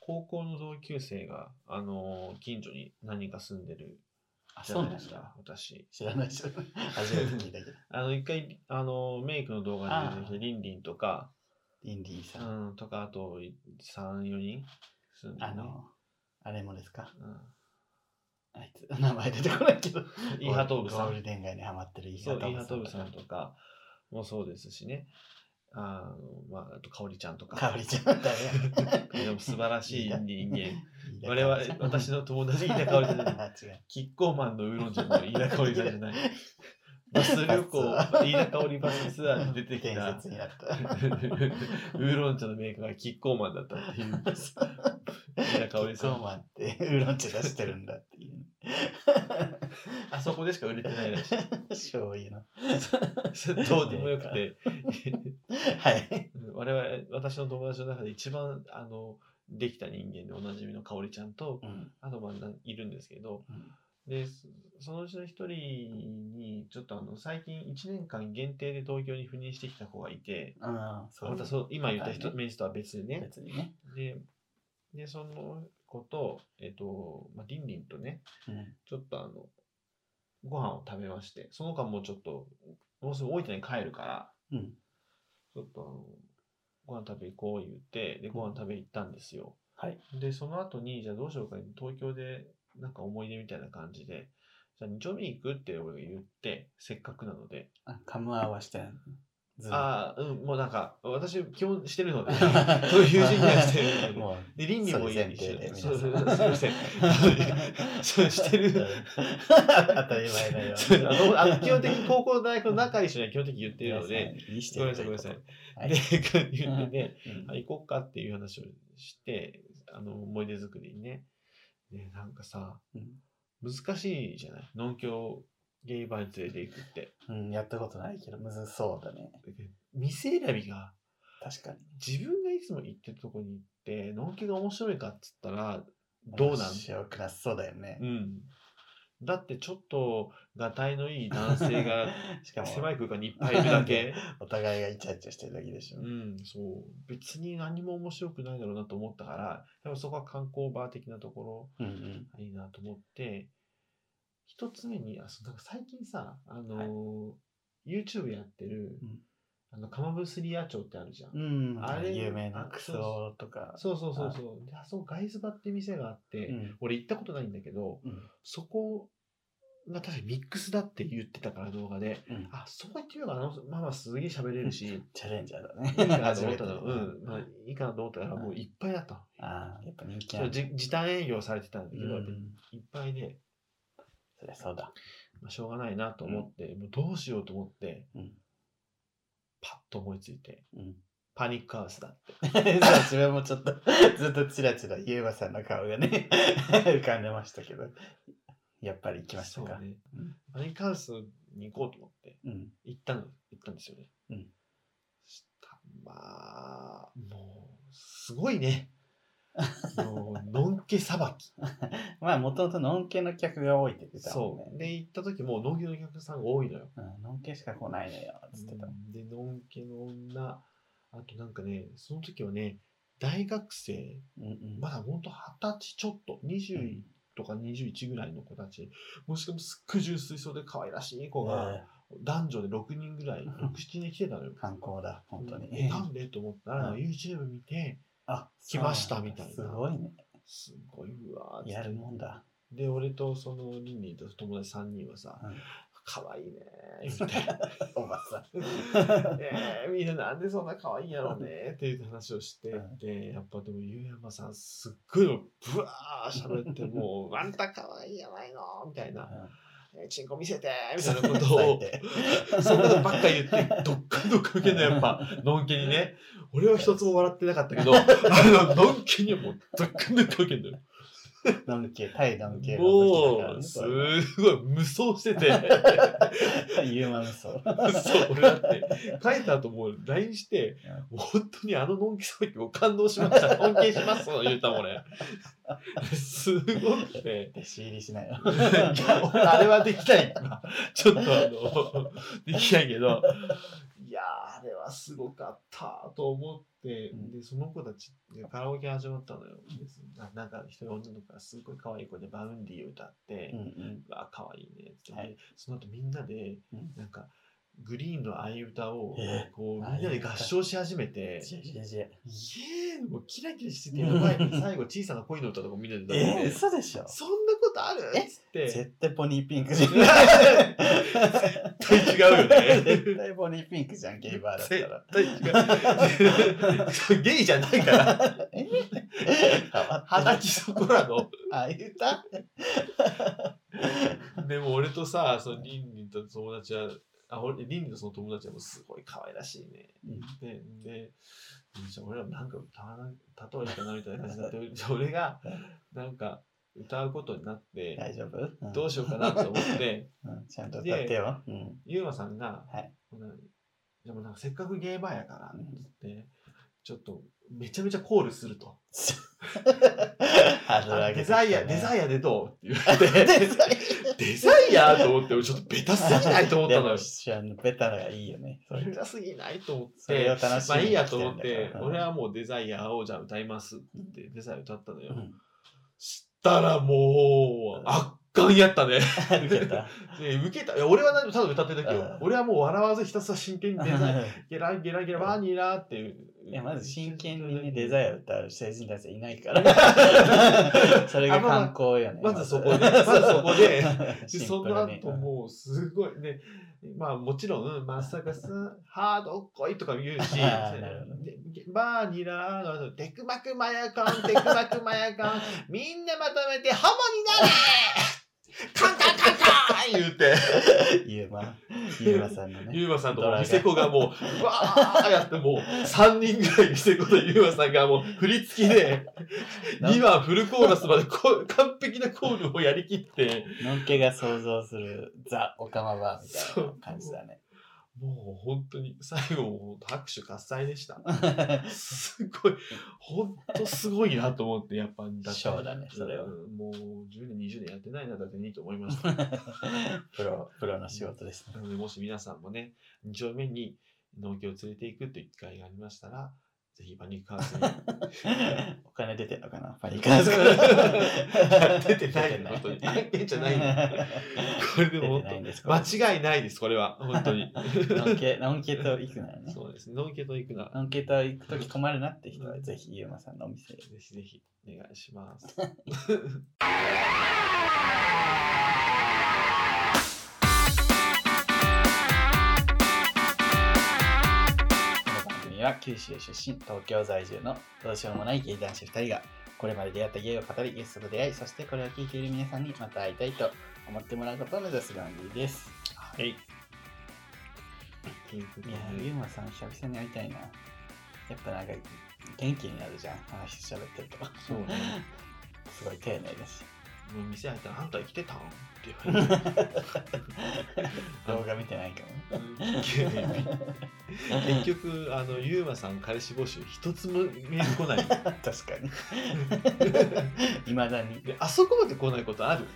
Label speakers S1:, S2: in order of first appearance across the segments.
S1: 高校の同級生が、あのー近所に何人か住んでる
S2: あ、
S1: じ
S2: そ
S1: ゃ
S2: う
S1: な
S2: ないん
S1: です
S2: だ
S1: か。、私。
S2: 知らない人。初めて聞い たけど。
S1: あの、一回、あのーメイクの動画で出てき
S2: あ
S1: て、リンリンとか、
S2: インディーさん。
S1: うん、とか、あと、3、4人住んで
S2: あ
S1: るね。
S2: の、あれもですか
S1: うん
S2: あいつ、名前出てこないけど。
S1: イーハトーブさ
S2: ゴー
S1: ん
S2: ル。デン街にハマってるイー
S1: そう、イー
S2: ハ
S1: ハ
S2: ト
S1: トー
S2: ーブ
S1: ブ
S2: さ
S1: さ
S2: ん
S1: ん
S2: と
S1: とかもそうですしね。あの、まあ、あと、かおりちゃんと
S2: か。か
S1: か
S2: お。りちゃんだよ。
S1: でも素晴らしい人間。
S2: 飯田
S1: 我々
S2: 香織ちゃん、
S1: 私の友達、飯田 香織さんじゃない。
S2: 違う。
S1: キッコーマンのウーロン茶の飯田香織さんじゃない。 バス旅行、
S2: バスツアー
S1: 飯田香織バスツアーに出てき
S2: 伝
S1: た。
S2: 説になっ
S1: ウーロン茶のメーカーがキッコーマンだったっていう。
S2: た。そう
S1: 飯田香織さ
S2: キッコーマン
S1: ん。
S2: ってウーロン茶出してるんだっていう。
S1: あそこでしか売れてないらしい。
S2: 醤油の。
S1: どうでもよくて。
S2: はい。
S1: 我々、私の友達の中で一番、あの、できた人間でおなじみの香織ちゃんと、
S2: うん
S1: あとまあないるんですけど、
S2: うん
S1: で、そそのうちの一人に、ちょっとあの、最近1年間限定で東京に赴任してきた子がいて、
S2: うん、そう
S1: またそう、今言った人、
S2: また
S1: メンスとは別でね。
S2: 別にね。
S1: で、で、その子と、えっと、まあ、りんりんとね、
S2: うん
S1: ちょっとあの、ご飯を食べまして、その間もちょっと、もうすぐ大分に帰るから、
S2: うん。
S1: ちょっとあの、ご飯食べ行こう言って、で、ご飯食べ行ったんですよ。
S2: はい。
S1: で、その後に、じゃあどうしようか、東京でなんか思い出みたいな感じで、じゃあ日曜日に行くって俺が言って、せっかくなので。
S2: あカムアワしてないずっと
S1: ああ、うん、もうなんか、私、基本してるので、そういう友人じゃなくて、
S2: もう
S1: で、倫理もいいし
S2: そういう前提で皆さ
S1: そ
S2: ん
S1: うそうそうすいません。そうしてる。
S2: 当たり前だよ
S1: そうあのあの基本的に高校大学の仲いい人には基本的に言ってるので、
S2: 皆さんにして
S1: ごめん
S2: る
S1: な
S2: と
S1: さい、
S2: い
S1: ご
S2: う
S1: めん
S2: こ
S1: な
S2: と
S1: さい。
S2: はい
S1: で、言 ってね、
S2: うん
S1: あ行こっかっていう話をして、あの、思い出作りにね。ね、なんかさ、
S2: うん
S1: 難しいじゃない農協ゲイバーに連れて行くって。
S2: うんやったことないけどむずそうだね
S1: 店選びが、
S2: 確かに
S1: 自分がいつも行ってるとこに行って、農協が面白いかっつったら、どうなん
S2: 面くなさそうだよね
S1: うん。だってちょっと、がたいのいい男性が、
S2: しかも
S1: 狭い空間にいっぱいいるだ け。
S2: お互いがイチャイチャしてるだけでしょ
S1: うん、そう。別に何も面白くないだろうなと思ったから、やっぱそこは観光バー的なところ、
S2: うんうん
S1: いいなと思って、一つ目に、あそうなんか最近さ、あのー YouTube やってる、
S2: うん
S1: あの、かまぶすり野町ってあるじゃん。
S2: うん
S1: あれ
S2: 有名な
S1: あ
S2: クソとか
S1: そうそうそうそう。で、あそこ、ガイズバって店があって、
S2: うん
S1: 俺行ったことないんだけど、
S2: うん
S1: そこが確かミックスだって言ってたから動画で、
S2: うん
S1: あ、そこ行ってみようかな、あのママすげえ喋れる し、
S2: チャレンジャーだ
S1: いいか
S2: ね
S1: なと
S2: 初
S1: 思
S2: め
S1: ってたの。うん。まあ、いいかなと思ったから、
S2: うん
S1: もういっぱいだったの。
S2: ああやっぱ人気
S1: そ
S2: あ
S1: れ
S2: る
S1: じ時短営業されてたんだけど、
S2: う
S1: やっぱ
S2: ん
S1: いっぱいで、
S2: そりゃそうだ
S1: まあ、しょうがないなと思って、もうどうしようと思って、
S2: うん
S1: パッと思いついて、
S2: うん
S1: パニックハウスだって。
S2: そう自分もちょっと ずっとちらちらゆうまさんの顔がね 浮かんでましたけどやっぱり行きました
S1: そ
S2: か
S1: うね
S2: うん
S1: パニックハウスに行こうと思って、
S2: うん
S1: 行ったの、行ったんですよね。
S2: うん
S1: したまあ、もう、すごい ね。もう、のんけさばき。
S2: まあもともとのんけの客が多いって言ってたもん
S1: そ
S2: ね
S1: う。で、行った時も、農業のお客さんが多いのよ。
S2: うんのんけしか来ないのよっつってたも
S1: う
S2: ん
S1: んで、のんけの女、あとなんかね、その時はね、大学生、
S2: うんうん
S1: まだほんと二十歳ちょっと、
S2: う
S1: 20
S2: ん
S1: とか21ぐらいの子たち、もしかもすっごい純粋そうで可愛らしい子
S2: え
S1: が、
S2: え
S1: 男女で6人ぐらい、6、7人来てたのよ。
S2: 観光だ本当に
S1: えなんでと思ったら、
S2: うん
S1: YouTube 見て、
S2: あ
S1: 来ましたみたいな
S2: すごいね
S1: すごいうわーっつって
S2: やるもんだ
S1: で、俺とそのリンリンと友達3人はさ、
S2: うん
S1: 可愛いねーみたい な。
S2: おば さん
S1: えーみんななんでそんな可愛いんやろうねっていう話をして、
S2: うん
S1: で、やっぱでも、ゆうやまさん、すっごいのぶわー喋って、もう、あんた可愛いやないのみたいな、えーチンコ見せてみたいなことを、 そんなことばっか言って、どっかんどっかん受けんの、やっぱ、のんけにね。俺は一つも笑ってなかったけど、あの、のんけにはもう、どっかんどっかん受けんのよ。
S2: のんけ対のんけの時だか
S1: も
S2: ら
S1: う、
S2: ね
S1: す
S2: そ れ
S1: ごい無双してて、
S2: ゆうまみそ う
S1: そう、俺だって、帰った後もう LINE して、もう本当にあののんきさばきを感動しました。尊敬しますと言ったもん俺。すごくて。
S2: 弟子入りし ない
S1: い
S2: よ
S1: や俺あれはできない。ちょっとあの、できないけど、いやー、あれはらすごかったと思って、
S2: うん
S1: で、その子たち、でカラオケ始まったのよ。でななんか一人女の子がすごい可愛い子でバウンディを歌って、
S2: うんうん。
S1: わあ、可愛いねって、
S2: はい
S1: その後みんなで
S2: うん、
S1: なんか、グリーンのあいう歌を
S2: え、
S1: こう、
S2: あ
S1: みんな
S2: あい
S1: で
S2: う歌
S1: 合唱し始めて、
S2: じゃじゃじゃ。
S1: イエーイもうキラキラしてて、やばい。最後、小さな恋の歌とかみんなで歌って
S2: えー、
S1: て、
S2: 嘘でしょ
S1: そんなことある
S2: え
S1: っつって、
S2: 絶対ポニーピ ンクじゃん。絶
S1: 対違うよね
S2: 絶対ポニーピンクじゃん、ゲイバーだったら。
S1: 絶対違うゲイじゃないから、
S2: え
S1: 鼻きそこらの。
S2: あ、言った
S1: でも俺とさ、そのリンリンと友達は、あ、俺、リンリンとその友達はもうすごい可愛らしいね。で、で、じゃあ俺らもなんか歌わない、例えるかなみたいな感じになって、じゃあ俺がなんか歌うことになって、
S2: 大丈夫、うん
S1: どうしようかなと思って、
S2: うんちゃんと歌ってよ。うん。
S1: ゆうまさんが、
S2: はい。
S1: このでもなんかせっかくゲーバーやからって、ちょっとめちゃめちゃコールすると。
S2: ハードル上げて
S1: デ
S2: きた
S1: ザ
S2: ね
S1: イア、デザイアでどうって言われて、
S2: デザイ
S1: デザイアと思って、俺ちょっとベタすぎないと思った
S2: で
S1: の
S2: も、
S1: よ。
S2: シャンベタなのがいいよね。そうい
S1: ベ
S2: う
S1: タすぎないと思っ
S2: それを
S1: て、
S2: 楽し
S1: まあ
S2: み
S1: い
S2: に
S1: い
S2: 来
S1: や
S2: んだ
S1: と
S2: から
S1: 思って、
S2: うん
S1: 俺はもうデザイアをじゃあ歌いますって、デザイア歌ったの
S2: う
S1: よ。
S2: ん。
S1: したらもう、圧巻やったね。
S2: 受 けた。
S1: で、受けた。いや、俺は何もただ歌ってたけ
S2: うん
S1: ど、俺はもう笑わずひたすら真剣にデ ザイア、
S2: い
S1: ゲラゲラゲラ、バーニーラーっていう。
S2: や、まず真剣にね、デ
S1: イ
S2: ザイア歌う成人男性いな いから。それが観光よね。
S1: まずそこで、まずそ こで、で
S2: シン
S1: そ
S2: プル
S1: の
S2: に
S1: 後もうすごいね、まあもちろん、まさか さん、ハードっこいとか言うし、
S2: あーなるほど
S1: でバーニラーの、テクマクマヤカン、テクマクマヤ カン、みんなまとめてハモになれカンカン カンカン言うて、
S2: ゆうま、ゆうまさんの ね。
S1: ユーマさんと
S2: ド
S1: も
S2: ラが
S1: ニセコがもう、わーやってもう、3人ぐらいニセコとユーマさんがもう振り付きで、2話フルコーラスまでこ完璧なコールをやりきって、
S2: のんけが想像するザ・オカマバーみたいな感じだね。
S1: もう本当に最後も拍手喝采で した。すごい、本当すごいなと思って、やっぱだって
S2: ショーだねそれは
S1: うんもう10年、20年やってないな、だっていいと思いま した。
S2: プロ、プロの仕事ですね。
S1: なので、もし皆さんもね、2丁目に農家を連れていくっていう機会がありましたら、ぜひパニックハウスに
S2: お金出てんのかなパニカーズから。
S1: 出てないのことに。案件じゃないんだこれで
S2: 出
S1: も
S2: てないん
S1: 本
S2: です
S1: 当、間違いないです、これは。本当 に。
S2: のんけ、のんけと行くならね。
S1: そうですね、農家と行くなら。
S2: のんけと行くとき困るなって人は、ぜひゆうまさんのお店へ。
S1: ぜひぜひお願いします。
S2: この番組は九州出身、東京在住のどうしようもない芸男子2人がこれまで出会った芸を語り、ゲストと出会い、そしてこれを聞いている皆さんにまた会いたいと思ってもらうことを目指す番組です。
S1: はい。ということ
S2: い
S1: で
S2: やー、ゆうまさん久々に会いたいな。やっぱなんか元気になるじゃん、あの人喋ってると。
S1: そうね。
S2: すごい丁寧だし、
S1: もう店入ったら、あんた生きてたんって言われ て。
S2: 動画見てないかもね。
S1: 結局、あの、ゆうまさん彼氏募集一つも見えてこない。
S2: 確 かに。いまだに。
S1: で、あそこまで来ないことある。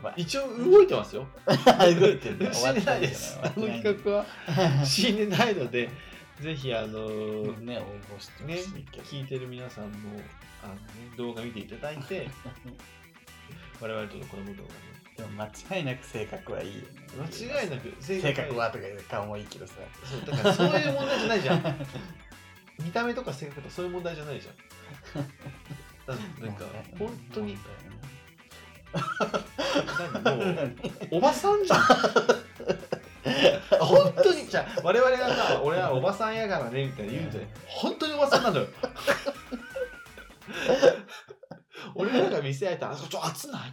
S2: ま
S1: 一応 動いてますよ。
S2: あ、動いてる
S1: 死んでないです。あの企画は死んでないので、ぜひ、あのー
S2: ね、応募してほ
S1: ね
S2: しいけ、ど。
S1: 聞いてる皆さんもあの、ね、動画見ていただいて、 我々とのコラボ動画ね。
S2: でも間違いなく性格はいいよね。
S1: 間違いなく性
S2: 性格はとか言う顔もいいけどさ。
S1: そうだからそういう問題じゃないじゃん。見た目とか性格とかそういう問題じゃないじ ゃん。ななんか
S2: もうね
S1: 本当に
S2: も
S1: 何
S2: う
S1: もう
S2: ね
S1: おばさんじゃん。本当にじゃあ我々がさ俺はおばさんやからねみたいな言うんじゃない本当におばさんなのよ俺なんか見せられたら「あちょ熱ない?」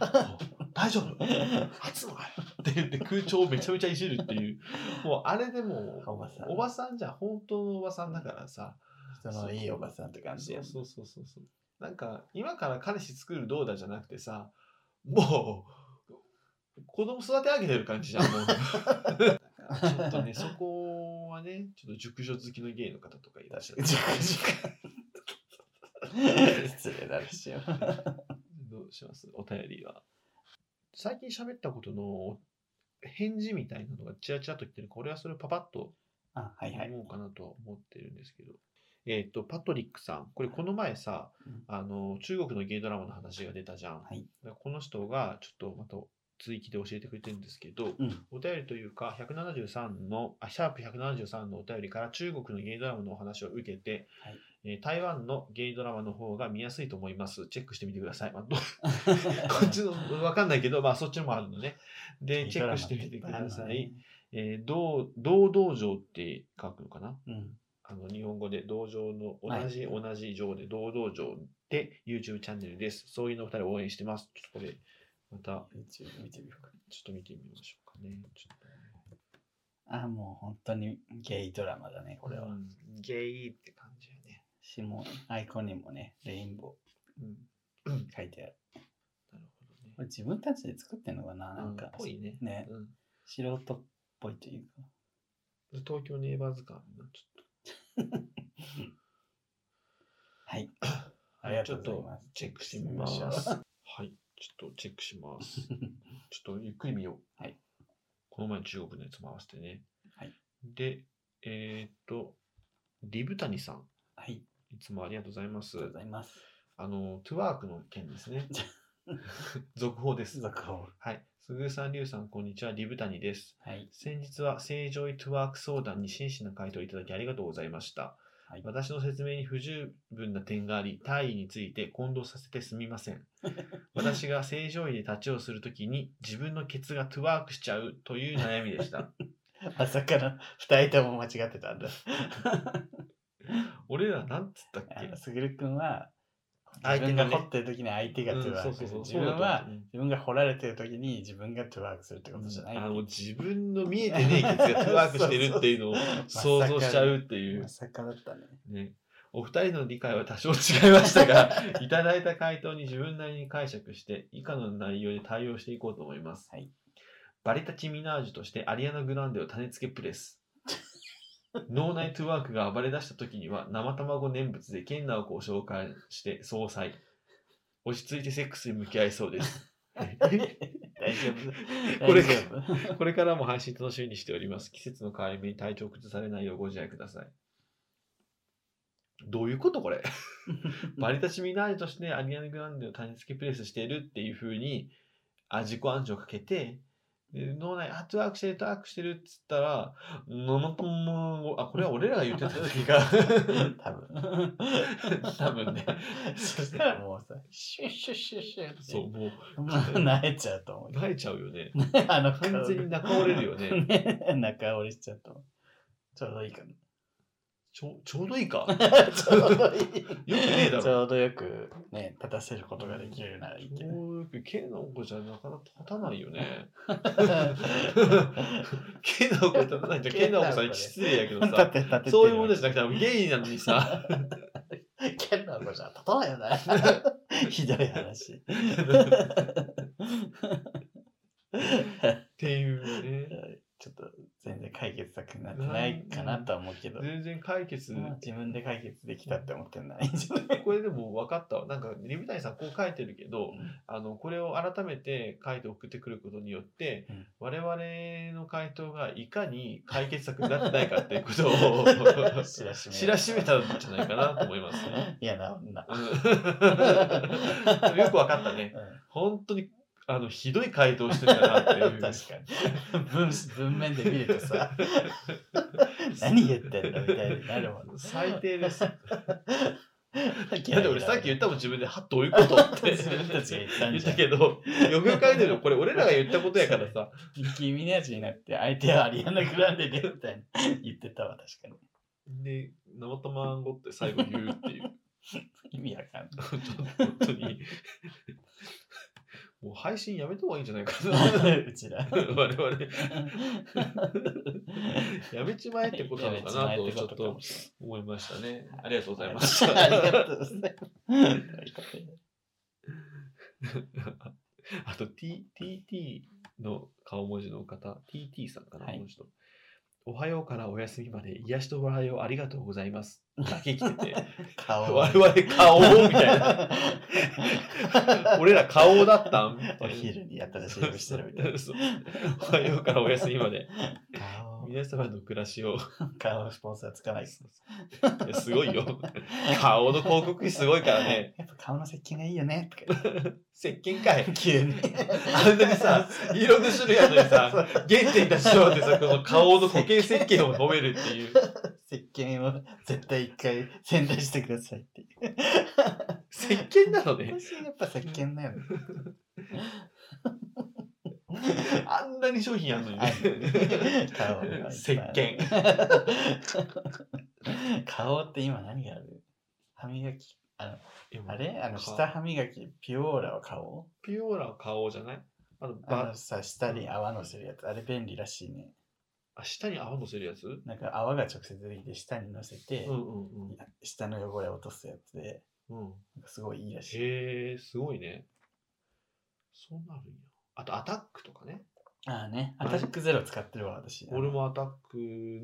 S1: 大丈夫熱ない?」って言って空調をめちゃめちゃいじるっていうもうあれでもう
S2: おばさん。
S1: おばさんじゃん本当のおばさんだからさ
S2: 人のいいおばさんって感じ
S1: そ
S2: や。
S1: うんそうそうそうそうなんか今から彼氏作るどうだじゃなくてさもう子供育て上げてる感じじゃんもうちょっとねそこはねちょっと熟女好きのゲイの方とかいらっしゃる
S2: 確かに。 失礼だしよ。
S1: どうしますお便りは最近喋ったことの返事みたいなのがチラチラと来てるこれはそれをパパッと
S2: あ、はいはい。
S1: 思おうかなとは思ってるんですけど。えっ、と、パトリックさん、これこの前さ、
S2: うん
S1: あの、中国のゲイドラマの話が出たじゃん。
S2: はい
S1: この人が、ちょっとまた追記で教えてくれてるんですけど、
S2: うん。
S1: お便りというか、173の、あ、シャープ173のお便りから中国のゲイドラマのお話を受けて、
S2: はい
S1: えー台湾のゲイドラマの方が見やすいと思います。チェックしてみてください。まあどこっちの、わかんないけど、まあそっちもあるのね。で、チェックしてみてください。。えー、道道道場って書くのかな
S2: うん。
S1: あの日本語で道場の
S2: はい
S1: 同じ、同じ場で道道場で YouTube チャンネルです。そういうのお二人応援してます。ちょっとこれまた
S2: YouTube 見てみようか。
S1: ちょっと見てみましょうかね。ちょっとね
S2: あ、もう本当にゲイドラマだね、これ
S1: う
S2: は。
S1: んゲイって感じやね。
S2: し、もうアイコンにもね、レインボ
S1: うん、
S2: ー書いてある。
S1: なるほ
S2: こ
S1: ど
S2: れ
S1: ね。
S2: 自分たちで作ってんのかななんか
S1: う、ぽいね。
S2: ね
S1: うん
S2: 素人っぽいというか。
S1: 東京ネイバーズ感になっちゃっ
S2: はい。
S1: た
S2: ありがとうございま
S1: ちょっと
S2: す
S1: チェックしてみます。 はい。ちょっとチェックします。ちょっとゆっくり見よう。
S2: はい
S1: この前の中国のやつも合わせてね。
S2: はい
S1: で、えーっと、リブタニさん、
S2: はい。
S1: いつもありがとうございます
S2: ありがとうございます。
S1: あの、トゥワークの件です ね。続報です。
S2: 続報。
S1: はい。すぐるさん、りゅうさん、こんにちは。リブタニです。
S2: はい。
S1: 先日は正常位トゥワーク相談に真摯な回答をいただきありがとうございました。
S2: はい。
S1: 私の説明に不十分な点があり、体位について混同させてすみませ ん。私が正常位で立ちをするときに自分のケツがトゥワークしちゃうという悩みで した。
S2: 朝から2人とも間違ってたんだ。
S1: 俺らなんつったっ
S2: あ
S1: け
S2: のすぐるくんは、
S1: 相
S2: 自
S1: 手
S2: 分
S1: が
S2: が
S1: ね
S2: 掘ってる時に相手がトゥワークする。自分は、、
S1: うん
S2: 自分が掘られてる時に自分がトゥワークするってことじゃない。
S1: あの自分の見えてねえケツがトゥワークしてるっていうの を
S2: そう
S1: 想像しちゃうっていう
S2: ま。さかだったね。
S1: ね、お二人の理解は多少違いましたが、 いただいた回答に自分なりに解釈して、以下の内容で対応していこうと思います。
S2: はい
S1: バリタチミナージュとしてアリアナ・グランデを種付けプレス。脳内トゥワークが暴れ出した時には生卵念仏でケンナオコを紹介して総裁。落ち着いてセックスに向き合いそう です。
S2: 大丈夫。
S1: これ
S2: 大丈夫。
S1: これからも配信楽しみにしております。季節の変わり目に体調崩されないようご自愛ください。どういうことこれバリタチミナージュとしてアリアナ・グランデを種付けプレスしているっていうふうにあ自己暗示をかけてで脳内あトゥワークしてるトゥワークしてるっつったら生卵あこれは俺らが言ってた時が
S2: 多分。
S1: 多分ね
S2: そしたらもうさ、シュッシュッシュッシュッって。
S1: そうも
S2: もう 慣れちゃうと思
S1: う
S2: う。
S1: 慣れちゃうよね
S2: あの
S1: 完全に仲折れるよね。
S2: ね仲折れしちゃうと思う。ちょうどいいかな。
S1: ちょちょうどいいか
S2: ちょうどいい。
S1: よくねえだろ
S2: ちょうどよくね、立たせることができるならいいけ ど。
S1: そういう毛の子じゃなかなか立たないよ ね。
S2: 立
S1: 毛の子立た ないじゃん。毛の子さんに失礼やけど
S2: っ
S1: さ。
S2: て立ってって。
S1: そういうものじゃなくて、あのゲイなのにさ、
S2: 剣の子じゃ立たないよな。 ひどい話。
S1: っていうね。
S2: ちょっと全然解決策になってないかなとは思うけど、
S1: 全然解決。
S2: まあ自分で解決できたって思ってんならいいんじゃない
S1: これでも分かったわ。なんか、リブタニさんこう書いてるけど、あの、これを改めて書いて送ってくることによって
S2: うん、
S1: 我々の回答がいかに解決策になってないかっていうことを
S2: 知らしめ
S1: 知らしめ たんじゃないかなと思いますね。
S2: 嫌な 女。
S1: うんよくわかったね。本当にあのひどい回答してたなって
S2: う
S1: い
S2: ん
S1: う。
S2: 確かに文文面で見るとさ 何言ってんだみたいになるもんね
S1: 最低 です。だ
S2: い
S1: って俺さっき言ったもん自分で、はどういうことって
S2: 自分たちが言ったんじゃ
S1: 言った
S2: ん
S1: けど、よくよく考えてみるとこれ俺らが言ったことやからさ。
S2: 君のやつになって相手はアリアナ・グランデでみたいに言ってたわ確かに
S1: で、生卵って最後言うっていう。
S2: 意味わかん
S1: ちょっと本当 に。もう配信やめた方がいいんじゃないか
S2: な
S1: な。
S2: いうちら
S1: 我々、 やめちまえってことなのかなとちょっと思いましたね。 ありがとうございまし
S2: あり
S1: た。
S2: がとうござい ます。
S1: あと、T、TT の顔文字の方、TT さんかな、
S2: はい
S1: この人。おはようからお休みまで癒しと笑いをありがとうございます。だけ来て て、
S2: 顔
S1: 我々顔みたい な。
S2: な
S1: 俺ら顔だったんみたいな
S2: お昼にやったらシェイクしてるみたい
S1: そうそうおはようからお休みまで
S2: な。顔
S1: 皆様の暮らしを
S2: 顔のスポンサーつかないです。
S1: いやすごいよ顔の広告費すごいからね
S2: やっぱ顔の石鹸がいい よね。とか
S1: 石鹸かい
S2: 急に。
S1: あんなにさいろんな種類あるのにさ
S2: そう
S1: 原点出しようってさこの顔の固形石鹸を褒めるっていう
S2: 石鹸を絶対一回宣伝してくださいっていう。
S1: 石鹸なのね
S2: 私やっぱ石鹸だよね。
S1: あんなに商品あるのに
S2: あ
S1: ね
S2: 顔
S1: 石鹸。
S2: 顔って今何がある歯磨き。あ
S1: でも
S2: のあれあの
S1: 顔
S2: 下歯磨き、ピュオーラは顔
S1: ピュオーラは顔じゃないあの
S2: あの
S1: ば
S2: さ、下に泡のせるやつ。あれ便利らしいね。
S1: あ下に泡のせるやつうん
S2: なんか泡が直接できて下に乗せて、
S1: うん
S2: 下の汚れを落とすやつで、
S1: うんうん
S2: なんかすごいいいらしい。
S1: へえすごいねそうなるんやあとアタックとかね
S2: ああね、アタックゼロ使ってるわ、私。
S1: 俺。もアタック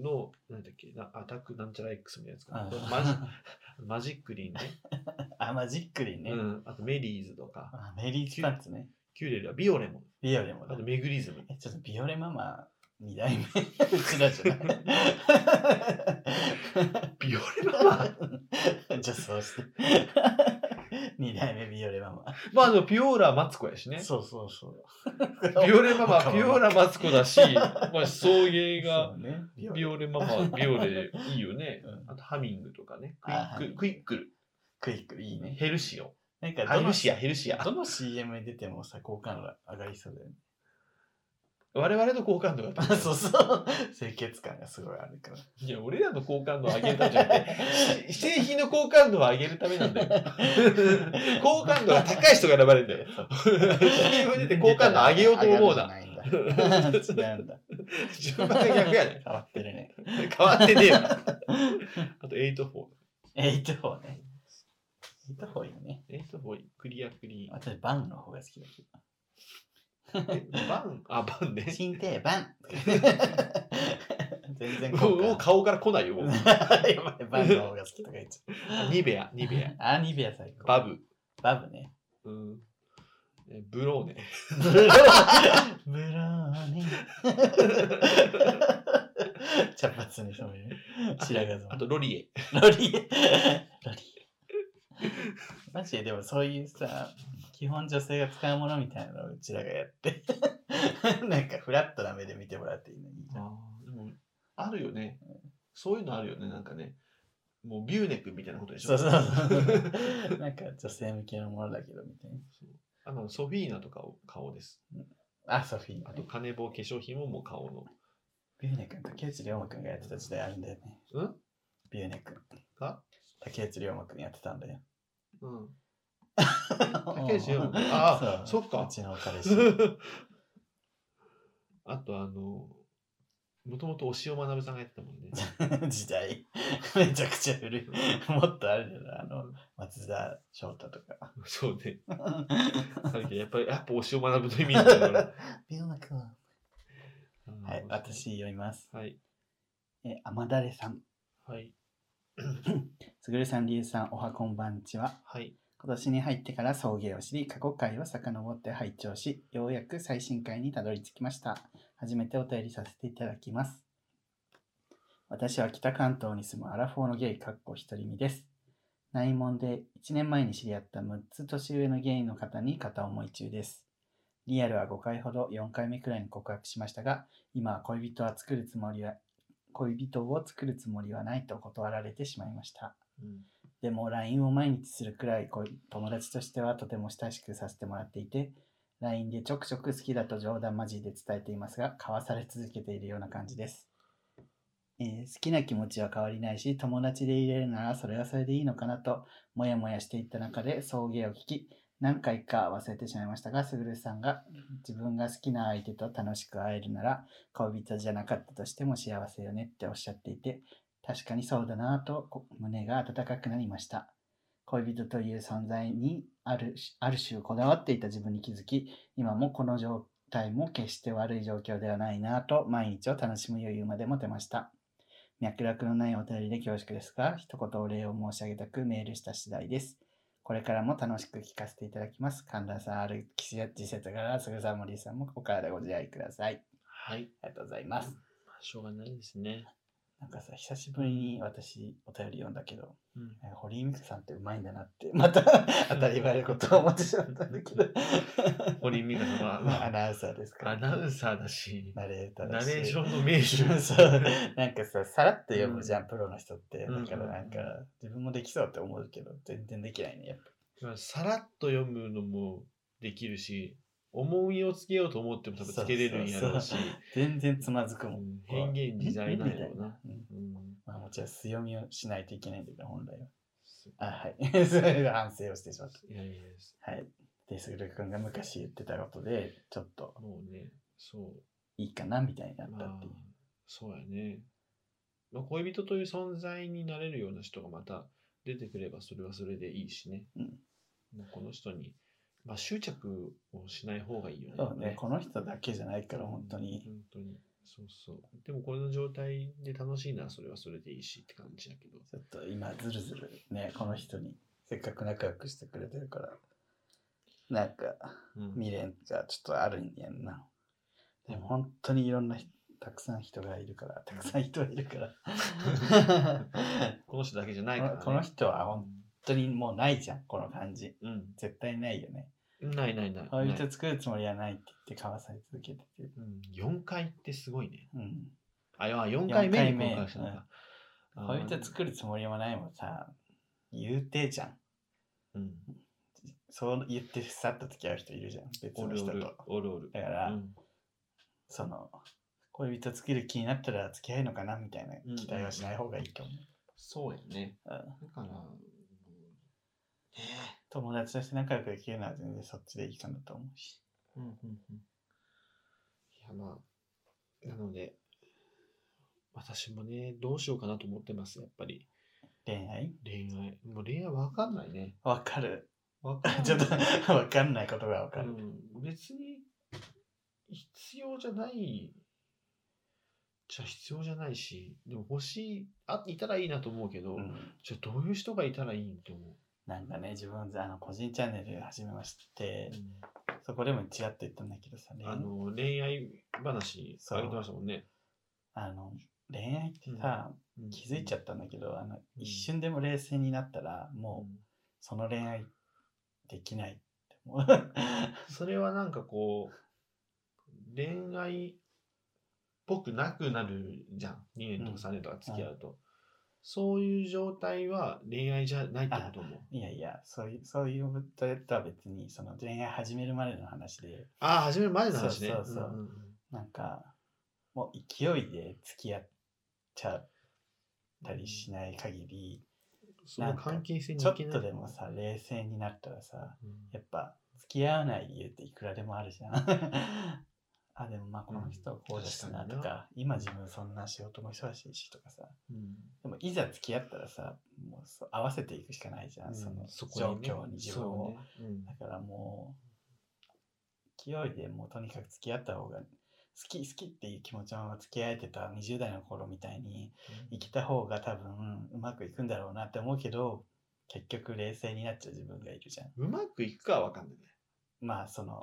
S1: の、なんだっけ、なアタックなんちゃら X みたいなやつ
S2: あ
S1: か
S2: ー
S1: な。マジマ ジックリンね。
S2: あ、マジックリンね。
S1: うん。あとメリーズとか、
S2: あメリースパンツね。
S1: キューレルはビオレモン。
S2: ビオレも
S1: あ
S2: だ
S1: と。メグリズム。
S2: え、ちょっとビオレママ2代目。うちらじゃない。
S1: ビオレママ
S2: 女装して。2代目ビオレママ。
S1: まあでもピオーラはマツコやしね。
S2: そうそうそう。
S1: ビオレママは
S2: そう
S1: ピオーラマツコだ し、まあ送迎
S2: そ
S1: が
S2: うね、ビオ
S1: ビ
S2: レ
S1: オレママはビオレいいよね
S2: う。ん
S1: あとハミングとかね。クイ
S2: あ
S1: ック、クイック
S2: クイックいい
S1: ル、
S2: ね。
S1: ヘルシオ。
S2: なんか
S1: あ
S2: ど
S1: ヘ
S2: の
S1: ルシア、ヘルシア
S2: ど。の CM に出てもさ、好感度上がりそうだよね。
S1: 我々の好感度が高い。
S2: そうそう。清潔感がすごいあるから。
S1: いや、俺らの好感度を上げるためじゃなく て、し製品の好感度を上げるためなんだよ。好感度が高い人が選ばれるん だよ。CM 出て好感度上げようと思うな。
S2: 上が るじゃないんだ 違うんだ。
S1: 順番が逆やね。
S2: 変わってるね。
S1: 変わってねえよ。あと、8-4。
S2: エイトフォーね。エイトフォーいいね。
S1: 8-4、クリアクリーン。
S2: 私、バンの方が好きだけど。
S1: えバンあ、バンね。
S2: 新定 バン全然
S1: もうもう
S2: 効果
S1: 顔から来ないよ。もう
S2: ない やばい、バンの方が好きとか言っちゃう。
S1: ニベア、ニベア。
S2: ア。あ、ニベア最高。
S1: バ。ブ。
S2: バブね。
S1: うんえブローネ。
S2: ブローブロー ね。茶髪に染める。白髪染め
S1: あと、ロリエ。
S2: ロリエ。ロリエ。マジで、でもそういうさ、基本女性が使うものみたいなのをうちらがやって、なんかフラットな目で見てもらっていいのに。
S1: あーでもあるよね。そういうのあるよね、なんかね。もうビューネ君みたいなことでし
S2: そ
S1: ょ。
S2: う そうそう。なんか女性向けのものだけどみたい
S1: あのソフィーナとかを顔です。
S2: な。あ、ソフィー
S1: あ
S2: の
S1: と、
S2: ね。
S1: 金棒化粧品ももう顔の。
S2: ビューネ君、竹内涼真君がやってた時代あるんだよね。
S1: うん
S2: ビューネ君。
S1: か
S2: 竹内涼真君やってたんだよ。
S1: うん。 竹内涼真君あ
S2: う
S1: そっか
S2: うちの彼氏。
S1: あと、あの、もともと押尾学さんがやってたもん ね。
S2: 時代。めちゃくちゃ古い。もっとあれだよな、あの、松田翔太とか。
S1: そうね。さっきやっぱり、やっぱ押尾学の意味なんだ から。
S2: ビューネ君。はい、私読みます。
S1: はい。
S2: え、甘だれさん。
S1: はい。
S2: すぐるさん、りゅうさん、おはこんばんちは。
S1: はい。
S2: 今年に入ってから送迎を知り、過去回を遡って拝聴し、ようやく最新回にたどり着きました。初めてお便りさせていただきます。私は北関東に住むアラフォーのゲイ、かっこ独り身です。内門で1年前に知り合った6つ年上のゲイの方に片思い中です。リアルは5回ほど4回目くらいに告白しましたが、今は恋人は作るつもりは、恋人を作るつもりはないと断られてしまいました。
S1: うん
S2: でも LINE を毎日するくらいこう友達としてはとても親しくさせてもらっていて LINE でちょくちょく好きだと冗談交じりで伝えていますが交わされ続けているような感じです、えー好きな気持ちは変わりないし友達でいれるならそれはそれでいいのかなともやもやしていった中で送迎を聞き何回か忘れてしまいましたがすぐるさんが自分が好きな相手と楽しく会えるなら恋人じゃなかったとしても幸せよねっておっしゃっていて確かにそうだなぁとこ胸が温かくなりました。恋人という存在にあるしある種こだわっていた自分に気づき、今もこの状態も決して悪い状況ではないなぁと毎日を楽しむ余裕まで持てました。脈絡のないお便りで恐縮ですが、一言お礼を申し上げたくメールした次第です。これからも楽しく聞かせていただきます。神田さん、ある季節から、すぐさん、森さんもお体ご自愛ください。
S1: はい。
S2: ありがとうございます。
S1: あしょうがないですね。
S2: なんかさ、久しぶりに私、お便り読んだけど、
S1: うん
S2: えー堀井美香さんってうまいんだなって、また当たり前のことを思ってしまったんだけど、
S1: 堀井美香さん
S2: まあア
S1: は
S2: ナウンサーですか ら、
S1: アナウンサーだ し、
S2: ナレーター
S1: ナ
S2: だし
S1: レーションの名手。
S2: そうなんかささらっと読むじゃん、プロの人って
S1: うん
S2: だからなんか自分もできそうって思うけど全然できないねやっぱ
S1: さらっと読むのもできるし、重みをつけようと思っても多分つけれるんやろうし
S2: そ、全然つまずくも
S1: うんん変幻自在なんやろうな。、
S2: みたいうん
S1: うん
S2: まあ、もちろん強みをしないといけないんだけど本来はあはい それで反省をしてしまっ
S1: いやいやです。
S2: たはいで卓君が昔言ってたことでちょっと
S1: もうね、そう。
S2: いいかなみたいになった
S1: まあ
S2: っていう、、
S1: そうやね、まあ、恋人という存在になれるような人がまた出てくればそれはそれでいいしね、
S2: うん
S1: まあこの人に、まあ、執着をしない方がいいよね
S2: そうねこの人だけじゃないから本当に
S1: うん、本当にそうそうでもこの状態で楽しいならそれはそれでいいしって感じやけど
S2: ちょっと今ずるずるねこの人にせっかく仲良くしてくれてるからなんか
S1: うん
S2: 未練がちょっとあるんやんなでも本当にいろんな人たくさん人がいるからたくさん人がいるから 本
S1: この人だけじゃないから、ね、
S2: この人は本当にもうないじゃんこの感じ
S1: うん、
S2: 絶対ないよね
S1: うん、ないないない
S2: 恋
S1: な
S2: 人
S1: い
S2: 作るつもりはないって言って交わされ続けてて
S1: うん、4回ってすごいね
S2: うん
S1: あいや4回目に
S2: 四回目
S1: 交換したのか、あー
S2: 恋人作るつもりもないもんさ言うてじゃん
S1: うん
S2: そう言ってさっと付き合う人いるじゃん別
S1: お
S2: の
S1: る
S2: 人
S1: お
S2: と
S1: るおるおる
S2: だから、
S1: うん
S2: その恋人作る気になったら付き合えるのかなみたい
S1: うん
S2: な期待はしない方がいいと思う、
S1: そうやね。
S2: うん
S1: だから、うんね
S2: 友達として仲良くできるのは全然そっちでいいかなと思うし
S1: え。うんうんうん。いや、まあ、なので、私もね、どうしようかなと思ってます、やっぱり。
S2: 恋愛
S1: 恋愛。もう恋愛わかんない ね。
S2: わかる
S1: わかんない。
S2: ちょっと わかんないことがわか
S1: う
S2: る、
S1: ん、別に、必要じゃない。じゃあ必要じゃないし、でも欲しい、あ、いたらいいなと思うけど、
S2: うん
S1: じゃあどういう人がいたらいいんと思う。
S2: なんかね自分あの個人チャンネル始めまして
S1: うん
S2: そこでもちらっと言ったんだけどさ恋
S1: あの恋愛話あげてましたもんね。
S2: あの恋愛ってさ、気づいちゃ
S1: っ
S2: ったんだけどあの一瞬でも冷静になったらもうその恋愛できないって思う
S1: それはなんかこう恋愛っぽくなくなるじゃん2年とか3年とか付き合うと、そういう状態は恋愛じゃないってことも
S2: いやいや、そういう、そういうこととは別に、その恋愛始めるまでの話で、
S1: ああ始める前の話ね
S2: そうそうそうん
S1: んん
S2: なんか、もう勢いで付き合っちゃったりしない限り、
S1: その関係性に
S2: ちょ
S1: い
S2: っ
S1: けない
S2: とでもさ、冷静になったらさ、
S1: うん
S2: やっぱ、付き合わない理由っていくらでもあるじゃん。 あ、でもまあ、この人はこうだしなと
S1: 確か
S2: か、今自分そんな仕事も忙しいしとかさ、
S1: うん
S2: でもいざ付き合ったらさ、もうそう合わせていくしかないじゃん、その
S1: そこ
S2: 状
S1: ね
S2: 況に自分を。
S1: そうねうん
S2: だからもう、勢いでもうとにかく付き合った方が、好き好きっていう気持ちのまま付き合えてた20代の頃みたいに生きた方が多分うまくいくんだろうなって思うけど、結局冷静になっちゃう自分がいるじゃん。
S1: うまくいくかは分かんないね
S2: まあその、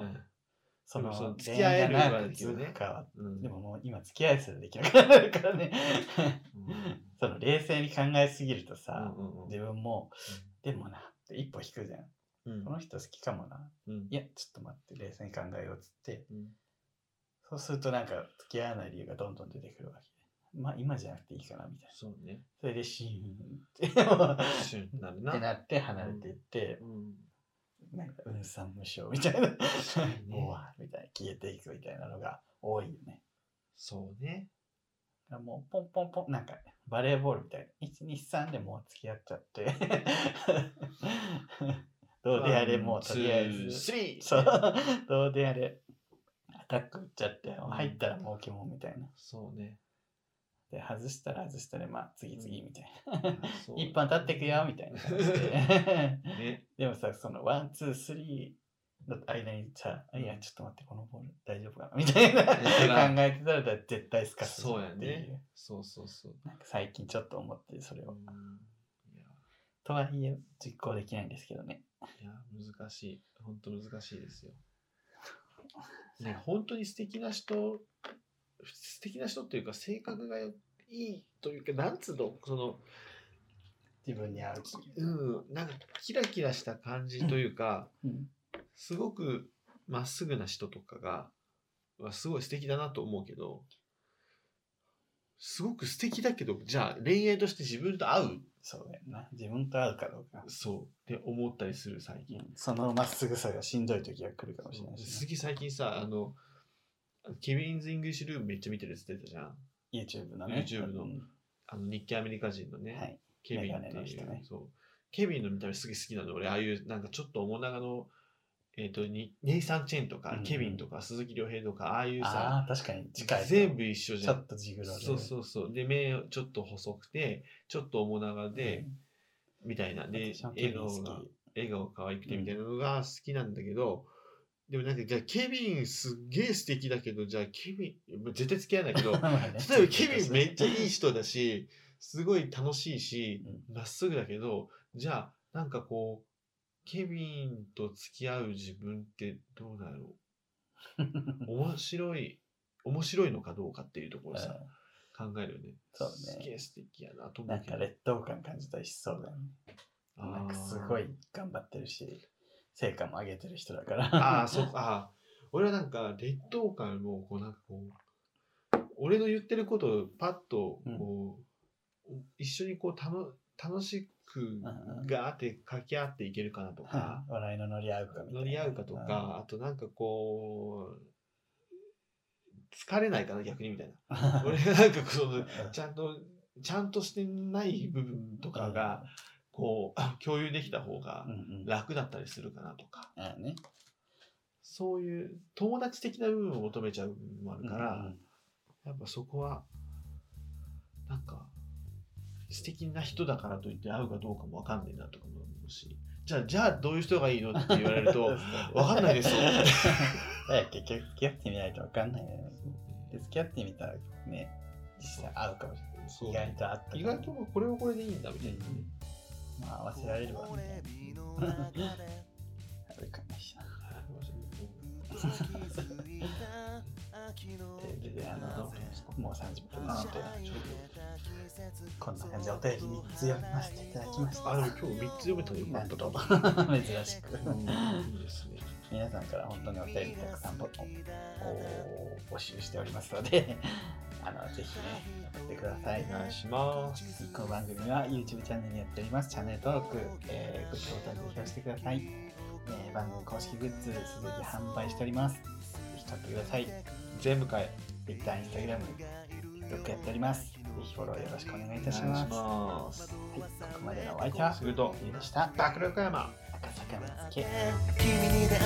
S2: そ
S1: でもその
S2: の
S1: 付き合える
S2: 恋愛
S1: は
S2: が
S1: で
S2: 長く
S1: きるね
S2: 続くかは
S1: うんうん
S2: でももう今付き合いすらできなくなるからね。
S1: うん
S2: その冷静に考えすぎるとさ、
S1: うんうんうん
S2: 自分も、でもなって一歩引くじゃん。
S1: うん
S2: この人好きかもな。
S1: うん
S2: いや、ちょっと待って、冷静に考えようっつって、
S1: うん
S2: そうするとなんか付き合わない理由がどんどん出てくるわけで。まあ今じゃなくていいかなみたいな。
S1: そうね。
S2: それでシーンってっ
S1: シュンな るな。
S2: てなって離れていって
S1: う、ん
S2: なんかうんさん無償みたいな、
S1: うね
S2: もうわみたいな、消えていくみたいなのが多いよね。
S1: そうね。
S2: だからもうポンポンポン、なんかバレーボールみたいな、1、2、3でもう付き合っちゃって、どうであれもうとりあえず。
S1: スリー
S2: そう、どうであれ、アタック打っちゃって、
S1: ん
S2: 入ったら儲けもんみたいな。
S1: そう ね。
S2: で、外したら外したら、まあ、次々みたい
S1: あ
S2: な。
S1: そう
S2: 一般立ってくよ、みたいな感じで。
S1: ね。
S2: でもさ、その、ワン、ツー、スリーの間にさ、いや、ちょっと待って、このボール大丈夫かなみたいな考
S1: ら
S2: えてたら絶対スカする
S1: そうや
S2: っていう
S1: ね。そうそうそう。
S2: なんか最近ちょっと思ってる、それ
S1: う
S2: を。
S1: んいや
S2: とはいえ、実行できないんですけどね。
S1: いや、難しい。 本当難しいですよ。ね、本当に素敵な人素敵な人っていうか性格がいいというかなんつうのその
S2: 自分に合う。
S1: うんなんかキラキラした感じというか、
S2: うん。
S1: すごくまっすぐな人とかがはすごい素敵だなと思うけどすごく素敵だけどじゃあ恋愛として自分と合う
S2: そうだよな。自分と合うかどうか。
S1: そうって思ったりする最近。
S2: そのまっすぐさがしんどい時が来るかもしれないし、
S1: 鈴
S2: ね。
S1: 木最近さあのケビンズ・イングリッシュルームめっちゃ見てるって言ってたじゃん
S2: YouTube のね。
S1: YouTube の
S2: うん
S1: あの日系アメリカ人のね、
S2: はい。
S1: ケビンって
S2: メガネ
S1: い
S2: の人
S1: う、
S2: ね
S1: そうケビンの見た目すげえ好きなの俺ああいうなんかちょっと面長のえっ、とにネイサン・チェンとか、
S2: うん
S1: ケビンとか鈴木亮平とかああいうさ
S2: ああ、確かに次回。
S1: 全部一緒じ
S2: ち
S1: ゃ
S2: ょ
S1: ん
S2: っとジグロで。
S1: そうそうそうで目ちょっと細くてちょっと面長
S2: うん。
S1: で、みたいなで
S2: 私も
S1: 笑
S2: ケビン
S1: 顔
S2: 好
S1: が
S2: き。
S1: 笑顔可愛くてみたいなのが好きなんだけど、でもなんかじゃあケビンすっげえ素敵だけどじゃあケビンもう絶対付き合わないけ ど例えばケビンめっちゃいい人だしすごい楽しいしまっすぐだけどじゃあなんかこうケビンと付き合う自分ってどうだろ
S2: うん。
S1: う面白い面白いのかどうかっていうところさ、考えるよね
S2: そうね
S1: すげえ素敵やなと思
S2: な
S1: うんけ
S2: か
S1: ど
S2: 劣等感感じたりしそうだよね。
S1: あー
S2: なんかすごい頑張ってるし、成果も上げてる人だから。
S1: ああ、そう、ああ。俺はなんか、劣等感も、こう、なんかこう、俺の言ってることをパッと、こう、一緒にこう、たの楽しく
S2: うんうん
S1: があって、掛け合っていけるかなとか、
S2: 笑いの乗り合うかみたいな。
S1: 乗り合うかとか、あとなんかこう、疲れないかな、逆にみたいな。
S2: うん。
S1: 俺がなんかその、
S2: うん
S1: ちゃんと、ちゃんとしてない部分とかが、こう、共有できた方が
S2: うんうん、あ
S1: 楽だったりするかなとか。
S2: あね。
S1: そういう友達的な部分を求めちゃう部分もあるから、
S2: うんうん
S1: やっぱそこはなんか素敵な人だからといって会うかどうかも分かんないなとかも思うしじゃあじゃあどういう人がいいのって言わ れるとわかんないですよ
S2: だから結局付き合ってみないとわかんないよね。で付き合ってみたらね、実際合うかもし
S1: そう
S2: れない。意外とあった
S1: 意外とこれはこれでいいんだみ
S2: う
S1: たいな、
S2: んまあ合わせられればみたいな。あるかもしれない。というわけで、あの、もう30分なので、こんな感じでお便り3つ読みませていただきました。
S1: あでも今日3つ読めたらよか
S2: な
S1: っ
S2: ん
S1: た
S2: と
S1: と
S2: 珍しく
S1: うんいいですね
S2: 皆さんから本当にお便りたくさんぼお募集しておりますので あのぜひね送ってください
S1: お願いします
S2: この番組は YouTube チャンネルにやっておりますチャンネル登録、えー、グッドボタンぜひ押してください、えー番組公式グッズすでに販売しておりますぜひ買ってください
S1: 全部買え
S2: Twitter、Instagram、TikTok やっておりますぜひフォローよろしくお願いいたしますはい、
S1: ます
S2: ここまでのお相手は
S1: すると
S2: ゆうでした
S1: 爆力山
S2: 赤坂見つけ
S3: 君に出会った